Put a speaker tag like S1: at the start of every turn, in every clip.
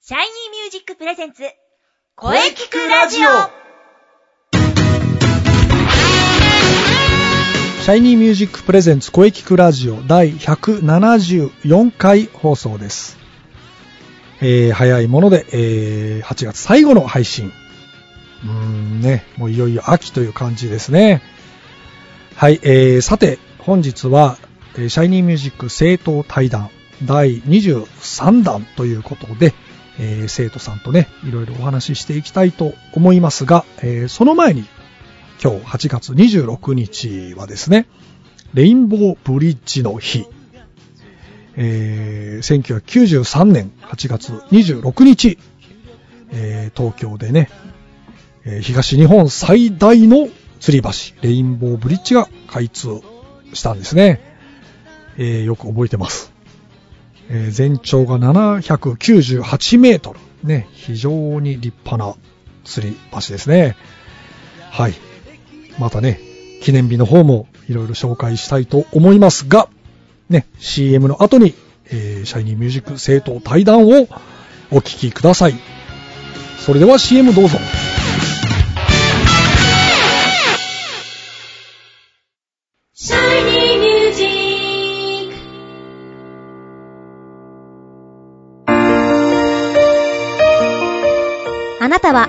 S1: シャイニーミュージックプレゼンツ、
S2: 声聞くラジオ
S3: シャイニーミュージックプレゼンツ声聞くラジオ第174回放送です。えー、早いもので、えー、8月最後の配信。うーんね、もういよいよ秋という感じですね。はい、えー、さて、本日は、えーシャイニーミュージック生徒対談第23弾ということで、えー生徒さんとね、いろいろお話ししていきたいと思いますが、えーその前に今日8月26日はですね、レインボーブリッジの日。えー1993年8月26日、えー東京でね、えー東日本最大の吊り橋、レインボーブリッジが開通したんですね。えーよく覚えてます。えー全長が798メートル。ね、非常に立派な吊り橋ですね。はい。またね、記念日の方もいろいろ紹介したいと思いますが、ね、CM の後に、えーシャイニーミュージック生徒対談をお聞きください。それでは CM どうぞ。
S1: シャイニーミュージックあなたは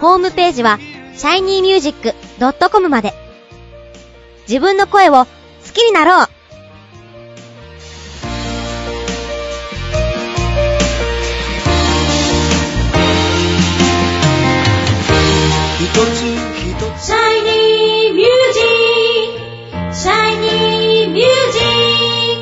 S1: ホームページは shinymusic.com まで。自分の声を好きになろう
S2: 一つ一つ
S1: !Shiny Music!Shiny Music!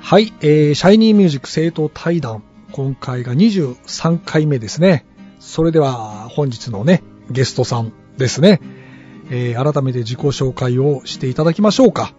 S3: はい、えー、シャイニーミュージック生徒対談。今回が23回目ですね。それでは本日のね、ゲストさんですね。えー、改めて自己紹介をしていただきましょうか。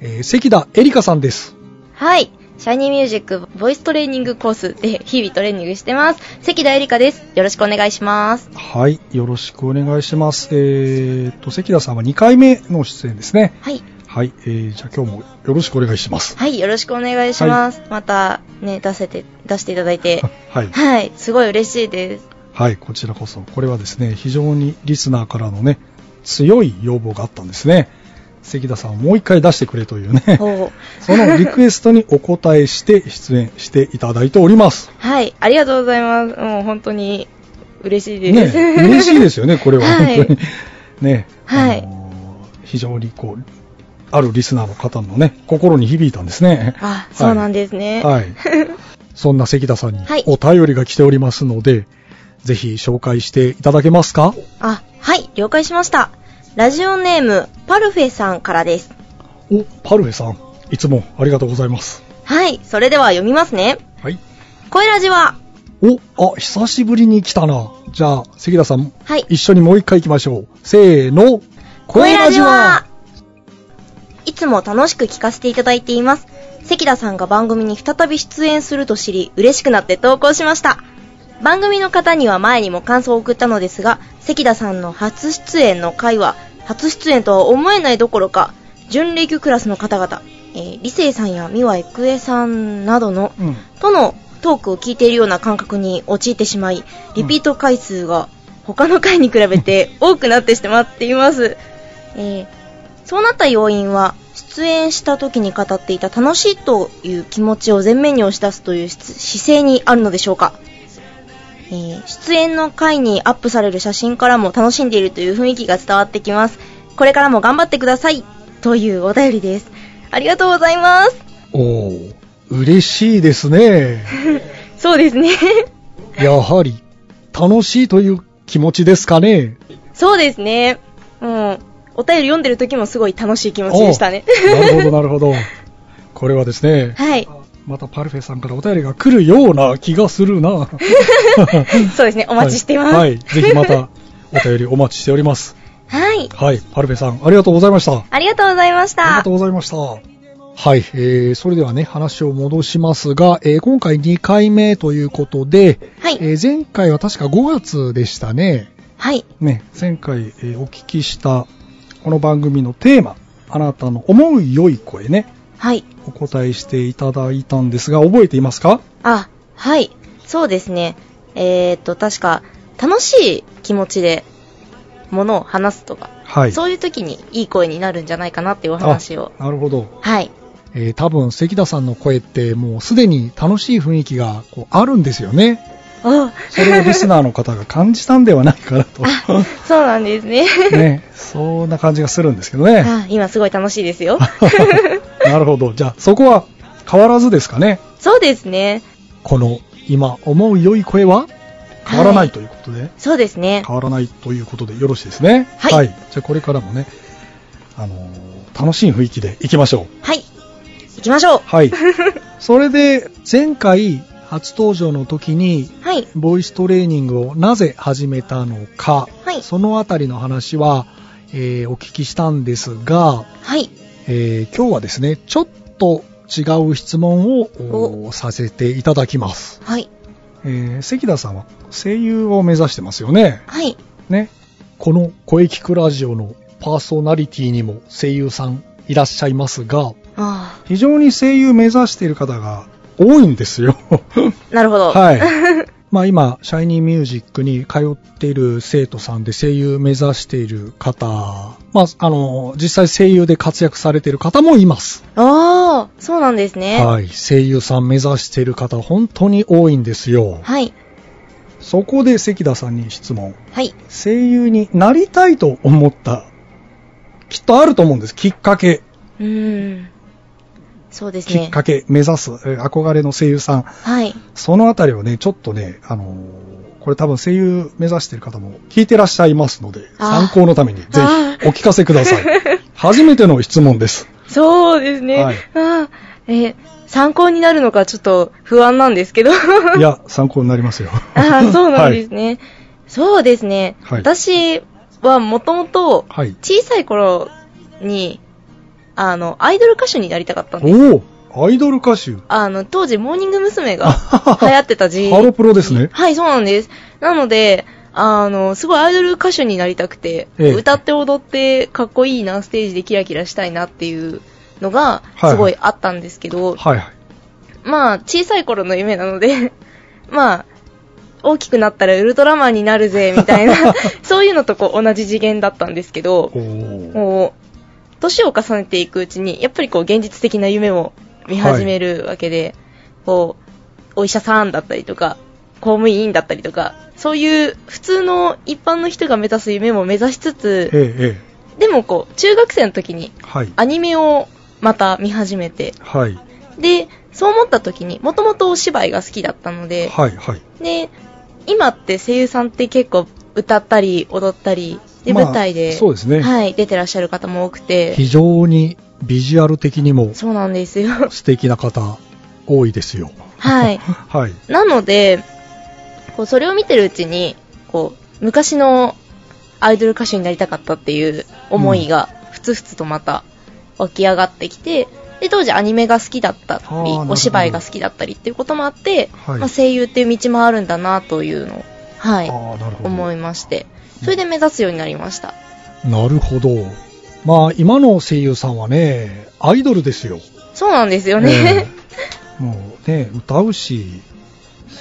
S3: えー、関田エリカさんです。
S4: はい。シャイニーミュージックボイストレーニングコースで日々トレーニングしてます。関田絵里香です。よろしくお願いします。
S3: はい、よろしくお願いします。えー、っと、関田さんは2回目の出演ですね。
S4: はい。
S3: はい、えー、じゃあ今日もよろしくお願いします。
S4: はい、よろしくお願いします。またね、出せて、出していただいて、
S3: はい、
S4: はい、すごい嬉しいです。
S3: はい、こちらこそ。これはですね、非常にリスナーからのね、強い要望があったんですね。関田さんをもう一回出してくれというね、
S4: おー
S3: そのリクエストにお答えして出演していただいております。
S4: はい、ありがとうございます。もう本当に嬉しい
S3: ね、
S4: です。
S3: 嬉しいですよね、これは。
S4: はい
S3: 本当に。ね、
S4: はい
S3: あのー非常にこう、あるリスナーの方のね、心に響いたんですね。
S4: あ、そうなんですね。
S3: はい。 そんな関田さんに
S4: はい
S3: お便りが来ておりますので、ぜひ紹介していただけますか
S4: あ、はい、了解しました。ラジオネーム、パルフェさんからです。
S3: お、パルフェさん、いつもありがとうございます。
S4: はい、それでは読みますね。
S3: はい。
S4: 声ラジは、
S3: お、あ、久しぶりに来たな。じゃあ、関田さん、
S4: はい、
S3: 一緒にもう一回行きましょう。せーの、
S4: 声ラジはいつも楽しく聞かせていただいています。関田さんが番組に再び出演すると知り、嬉しくなって投稿しました。番組の方には前にも感想を送ったのですが、関田さんの初出演の回は、初出演とは思えないどころか、準レギュクラスの方々、えー、理性さんや美和育恵さんなどの、
S3: うん。
S4: とのトークを聞いているような感覚に陥ってしまい、リピート回数が他の回に比べ て多くなってしまっています。えーそうなった要因は、出演した時に語っていた楽しいという気持ちを前面に押し出すという姿姿勢にあるのでしょうか。えー出演の回にアップされる写真からも楽しんでいるという雰囲気が伝わってきます。これからも頑張ってくださいというお便りです。ありがとうございます。
S3: おー、嬉しいです ね。
S4: そうですね。
S3: やはり、楽しいという気持ちですかね。
S4: そうですね。もう、
S2: お便り読んでる時もすごい楽しい気持ちでしたね。
S3: おなるほど、なるほど。これはですね、
S2: はい。
S3: またパルフェさんからお便りが来るような気がするな。
S2: そうですね。お待ちしています。
S3: はい。はいぜひまたお便りお待ちしております。
S2: はい。
S3: はい。パルフェさん、ありがとうございました。
S2: ありがとうございまし
S3: あり
S2: た
S3: がと。うございました。はい、えー、それではね、話を戻しますが、えー今回2回目ということで、
S2: はい
S3: えー前回は確か5月でしたね。
S2: はい。
S3: ね、前回、えーお聞きした、この番組のテーマ、あなたの思う良い声ね、
S2: はい。
S3: お答えしていただいたんですが、覚えていますか
S2: あ、はい。そうですね。えー、っと、確か、楽しい気持ちで、ものを話すとか、
S3: はい。
S2: そういう時にいい声になるんじゃないかなっていうお話を。
S3: あなるほど。
S2: はい。
S3: えー多分、関田さんの声って、もうすでに楽しい雰囲気がこうあるんですよね。
S2: あ、
S3: それをリスナーの方が感じたんではないかなと。
S2: そうなんですね。
S3: ね、そんな感じがするんですけどね。
S2: あ今すごい楽しいですよ。
S3: なるほど。じゃあ、そこは変わらずですかね。
S2: そうですね。
S3: この、今思う良い声は変わらないということで、
S2: そうですね。
S3: 変わらないということでよろしいですね。
S2: はい
S3: じゃあ、これからもね、あのー楽しい雰囲気でいきましょう。
S2: はい。行きましょう。
S3: はい。それで、前回、初登場の時に、
S2: はい。
S3: ボイストレーニングをなぜ始めたのか、
S2: はい
S3: そのあたりの話は、えーお聞きしたんですが、
S2: はい。
S3: えー今日はですね、ちょっと違う質問をおーさせていただきます。
S2: はい。
S3: えー関田さんは声優を目指してますよね。
S2: はい。
S3: ね。この声聞くラジオのパーソナリティにも声優さんいらっしゃいますが、
S2: あ
S3: 非常に声優目指している方が多いんですよ。
S2: あ。なるほど。
S3: はい。まあ今、シャイニーミュージックに通っている生徒さんで声優目指している方、まああの、実際声優で活躍されている方もいます。
S2: ああ、そうなんですね。
S3: はい、声優さん目指している方、本当に多いんですよ。
S2: はい。
S3: そこで関田さんに質問。
S2: はい。
S3: 声優になりたいと思った、きっとあると思うんです。きっかけ、
S2: うーん。そうです
S3: きっ
S2: ね。
S3: かけ、目指す、えー憧れの声優さん。
S2: はい。
S3: そのあたりをね、ちょっとね、あのーこれ多分声優目指している方も聞いてらっしゃいますので、
S2: あー
S3: 参考のためにぜひ
S2: あー
S3: お聞かせください。 初めての質問です。
S2: そうですね。
S3: はい
S2: ああ。え、参考になるのかちょっと不安なんですけど。
S3: いや、参考になりますよ。
S2: ああ、そうなんですね。そうですね。
S3: はい
S2: 私はもともと
S3: はい。
S2: 小さい頃に、あの、アイドル歌手になりたかったんです。
S3: おおアイドル歌手。
S2: あの、当時、モーニング娘。が
S3: あ
S2: 流行ってた時期
S3: ハロプロですね。
S2: はい、そうなんです。なので、あの、すごいアイドル歌手になりたくて、
S3: ええ
S2: 歌って踊ってかっこいいな、ステージでキラキラしたいなっていうのが、
S3: はい
S2: すごいあったんですけど、
S3: はいはい。
S2: まあ、小さい頃の夢なので、 まあ、大きくなったらウルトラマンになるぜ、み たいな、そういうのとこう同じ次元だったんですけど
S3: お、ー
S2: こう、年を重ねていくうちに、やっぱりこう現実的な夢を見始めるわけで、こう、お医者さんだったりとか、公務員だったりとか、そういう普通の一般の人が目指す夢も目指しつ
S3: え
S2: つ、
S3: え、え
S2: でもこう、中学生の時に
S3: え。はい。
S2: アニメをまた見始めて、
S3: はい。
S2: で、そう思った時に、もともとお芝居が好きだったので、
S3: はい、はい。
S2: で、今って声優さんって結構歌ったり踊ったり、で、
S3: まあ
S2: 舞台で、
S3: そうですね
S2: はい、出てらっしゃる方も多くて、
S3: 非常にビジュアル的にも
S2: そうなんですよ。
S3: 素敵な方、多いですよ。。
S2: はい
S3: はい。
S2: なので、こうそれを見てるうちに、こう、昔のアイドル歌手になりたかったっていう思いが、ふつふつとまた湧き上がってきて、で、当時アニメが好きだったり
S3: あーなるほ、ど
S2: お芝居が好きだったりっていうこともあって、
S3: はい
S2: まあ、声優っていう道もあるんだなというのを、はい、
S3: ああ、なるほど。
S2: 思いまして、それで目指すようになりました。
S3: なるほど。まあ、今の声優さんはね、アイドルですよ。
S2: そうなんですよ ね。
S3: ええもうね、歌うし、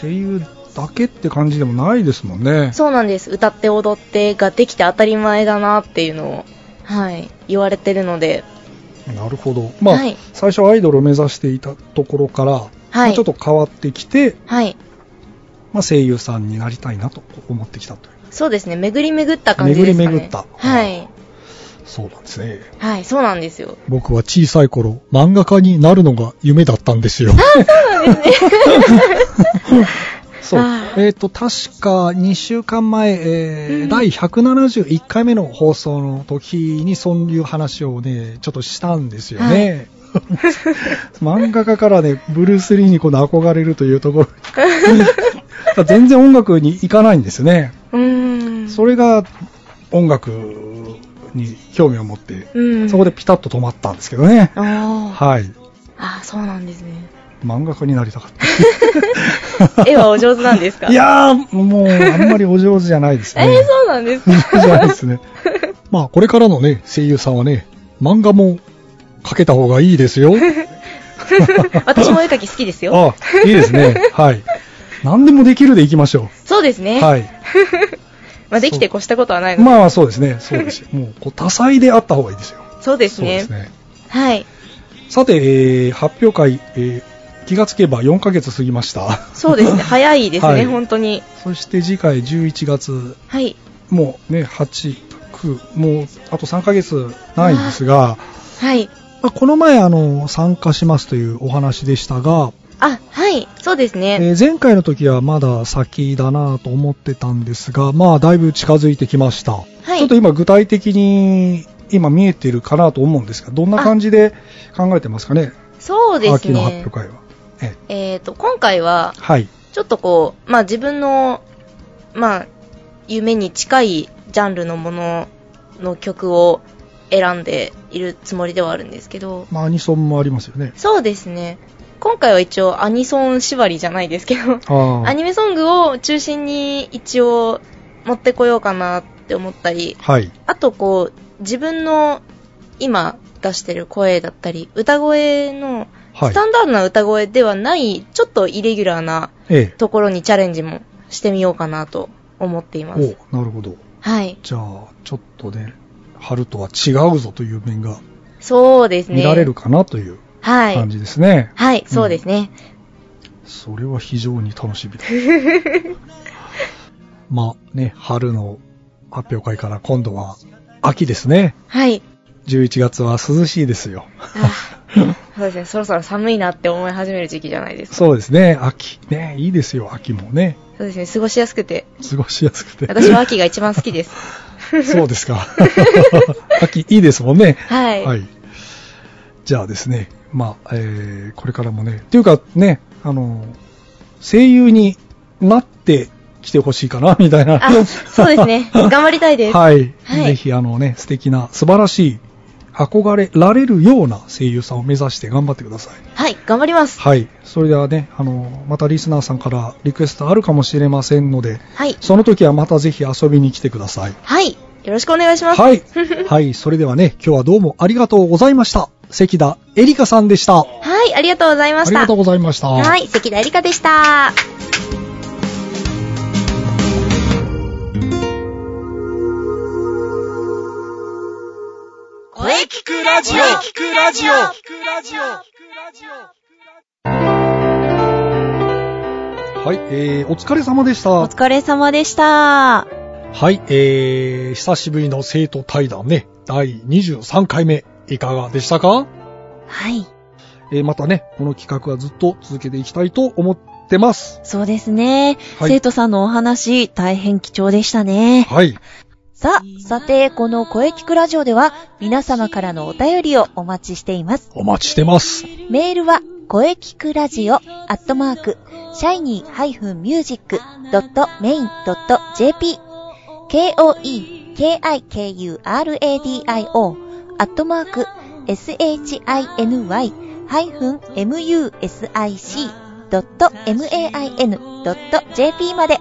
S3: 声優だけって感じでもないですもん ね。
S2: そうなんです。歌って踊ってができて当たり前だなっていうのを、はい、言われてるので、
S3: なるほど。まあ、
S2: はい
S3: 最初アイドルを目指していたところから、まあちょっと変わってきて、
S2: はい。
S3: まあ、声優さんになりたいなと思ってきたという。
S2: そうですね。巡り巡った感じですかね。
S3: 巡り巡った
S2: はい。
S3: そうなんですね。
S2: はい、そうなんですよ。
S3: 僕は小さい頃、漫画家になるのが夢だったんですよ。 そう
S2: あ。 ー
S3: えっ、と、確か2週間前、えー
S2: うん
S3: 第171回目の放送の時に、そういう話をね、ちょっとしたんですよね。 漫画家からね、ブルース・リーにこの憧れるというところ。 全然音楽に行かないんですよね。
S2: うーん。
S3: それが音楽に興味を持って、
S2: うん。
S3: そこでピタッと止まったんですけどね。
S2: あ
S3: はい。
S2: あ。ああ、そうなんです ね。
S3: 漫画家になりたかった。
S2: 絵はお上手なんですか
S3: いやー、もう、あんまりお上手じゃないです
S2: え
S3: ね。
S2: ー、そうなんですか
S3: じゃないです ね。まあ、これからのね、声優さんはね、漫画も描けた方がいいで すよ。
S2: 私もお絵描き好きですよ。
S3: ああ、いいですね。はい。何でもできるでいきましょ
S2: そうです
S3: う。
S2: ね。
S3: はい。
S2: まあ、できて越したことはないので。
S3: まあまあ、そうですね。そうですよ。もう、こう多彩であった方がいいですよ。
S2: そうです
S3: そうで
S2: ね
S3: す。ね。
S2: はい。
S3: さて、えー発表会、えー気がつけば4ヶ月過ぎました。
S2: そうです ね。早いです
S3: はい
S2: ね、本当に。
S3: そして次回11月、
S2: はい。
S3: もうね、8、9、もう、あと3ヶ月ないんですが、
S2: はい。
S3: まあこの前あの参加しますというお話でしたが、
S2: あ、はい。そうですね。
S3: えー前回の時はまだ先だなと思ってたんですが、まあだいぶ近づいてきました。
S2: は
S3: ちょっ
S2: い
S3: と。今具体的に今見えてるかなと思うんですが、どんな感じで考えてますかね、
S2: そうです
S3: 秋の発
S2: ね
S3: 表。会は。え
S2: えっと、今回は、
S3: はい。
S2: ちょっとこう、まあ自分の、まあ、夢に近いジャンルのものの曲を選んでいるつもりではあるんですけど、
S3: まあアニソンもありますよね。
S2: そうですね。今回は一応アニソン縛りじゃないですけど、
S3: あ
S2: アニメソングを中心に一応持ってこようかなって思ったり、
S3: はい。
S2: あとこう、自分の今出してる声だったり、歌声の
S3: は
S2: ス
S3: い。
S2: タンダードな歌声ではない、ちょっとイレギュラーな
S3: ええ。
S2: ところにチャレンジもしてみようかなと思っていま
S3: お
S2: す。
S3: なるほど。
S2: はい。
S3: じゃあ、ちょっとね、春とは違うぞという面が
S2: そうですね。
S3: 見られるかなという
S2: はい。
S3: 感じですね。
S2: はい、そうですね。
S3: それは非常に楽しみだ。 まあね、春の発表会から今度は秋ですね。
S2: はい。
S3: 11月は涼しいですよ。
S2: あそうですね。そろそろ寒いなって思い始める時期じゃないですか。
S3: そうですね、秋。ね、いいですよ、秋もね。
S2: そうですね。過ごしやすくて。
S3: 過ごしやすくて。
S2: 私は秋が一番好き です。
S3: そうですか。 秋、いいですもんね。
S2: はい。
S3: はい。じゃあですね、まあ、えー、これからもね、っていうかね、あの、声優になってきてほしいかな、 みたいな。
S2: あ、そうですね。頑張りたいです。
S3: はい。
S2: はい
S3: ぜひ、あのね、素敵な、素晴らしい、憧れられるような声優さんを目指して頑張ってください。
S2: はい、頑張ります。
S3: はい。それではね、あの、またリスナーさんからリクエストあるかもしれませんので、
S2: はい。
S3: その時はまたぜひ遊びに来てください。
S2: はい。よろしくお願いします。
S3: はい。はい。それではね、今日はどうもありがとうございました。関田エリカさんでした。
S2: はい、ありがとうございま
S3: あ
S2: し
S3: り
S2: た。
S3: がとうございました。
S2: はい、関田絵里香でした。
S5: 声聞くラジオ聞くラジオ聞くラジオ
S3: はい。えー、お疲れ様でした。
S4: お疲れ様でした。
S3: はい、えー、久しぶりの生徒対談ね、第23回目、いかがでしたか
S4: はい。
S3: えー、またね、この企画はずっと続けていきたいと思ってます。
S4: そうですね。
S3: はい
S4: 生徒さんのお話、大変貴重でしたね。
S3: はい。
S4: さあ、さて、この声聞くラジオでは、皆様からのお便りをお待ちしています。
S3: お待ちしてます。
S4: メールは、声聞くラジオ、アットマーク、shiny-music.main.jp、k-o-e-k-i-k-u-r-a-d-i-o、アットマーク、shiny-music.main.jp まで、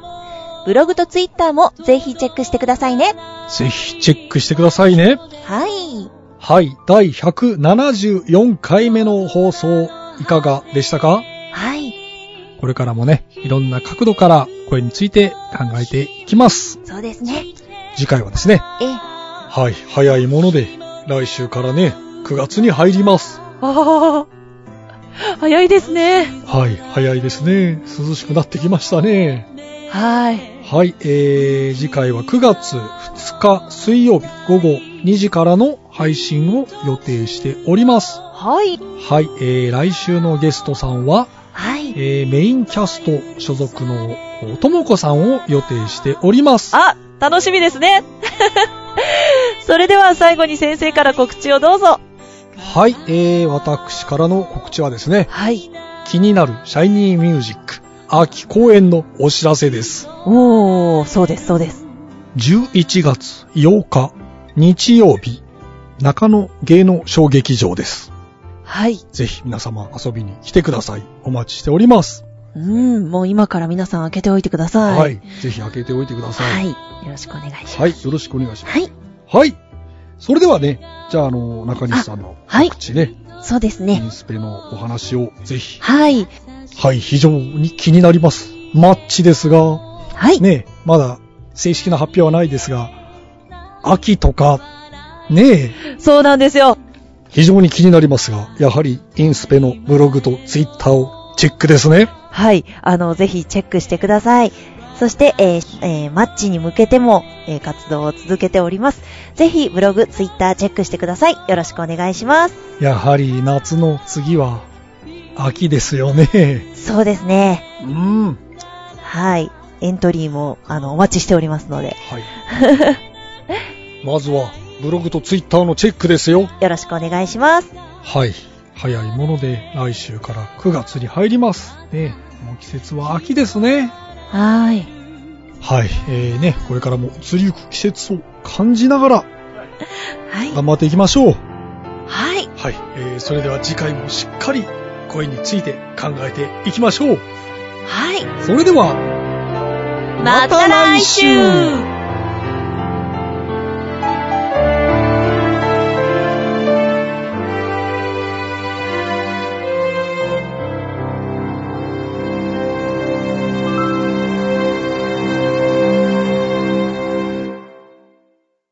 S4: ブログとツイッターもぜひチェックしてくださいね。
S3: ぜひチェックしてくださいね。
S4: はい。
S3: はい、第174回目の放送、いかがでしたか
S4: はい。
S3: これからもね、いろんな角度から声について考えていきます。
S4: そうですね。
S3: 次回はですね、
S4: ええ、
S3: はい、早いもので、来週からね、9月に入ります。
S4: ああ、早いですね。
S3: はい、早いですね。涼しくなってきましたね。
S4: はい。
S3: はい、えー、次回は9月2日水曜日午後2時からの配信を予定しております。
S4: はい。
S3: はい、えー、来週のゲストさんは、
S4: はい。
S3: えー、メインキャスト所属のともこさんを予定しております。
S4: あ、楽しみですね。 それでは最後に先生から告知をどうぞ。
S3: はい、えー、私からの告知はですね、
S4: はい。
S3: 気になるシャイニーミュージック秋公演のお知らせです。
S4: おー、そうです、そうです。
S3: 11月8日日曜日、中野芸能小劇場です。
S4: はい。
S3: ぜひ皆様遊びに来てください。お待ちしております。
S4: うん、もう今から皆さん開けておいてください。
S3: はい。。ぜひ開けておいてくださ。
S4: はいい。よろしくお願いします。
S3: はい。よろしくお願いします。
S1: はい。
S3: はい。それではね、じゃあ、あの、中西さんの
S4: はい
S3: 告知ね、
S4: そうです
S3: イ
S4: ね。
S3: ンスペのお話をぜひ。
S4: はい。
S3: はい、非常に気になります。マッチですが、
S4: はい。
S3: ねえ、まだ正式な発表はないですが、秋とか、ねえ、
S4: そうなんですよ。
S3: 非常に気になりますが、やはりインスペのブログとツイッターをチェックですね。
S4: はい。あの、ぜひチェックしてください。そして、えーえーマッチに向けても、えー活動を続けております。ぜひ、ブログ、ツイッターチェックしてください。よろしくお願いします。
S3: やはり夏の次は秋ですよね。
S4: そうですね。
S3: うん。は
S4: はい。エントリーも、あの、お待ちしておりますので、
S3: い。まずはブログとツイッターのチェックですよ。
S4: よろしくお願いします。
S3: はい。早いもので来週から9月に入ります。ねえ、もう季節は秋ですね。
S4: はい。
S3: はい、えーね、これからも移りゆく季節を感じながら
S4: はい。
S3: 頑張っていきましょう。
S4: はい。
S3: はい、えーそれでは次回もしっかり声について考えていきましょう。
S4: はい。
S3: それでは、
S4: また来週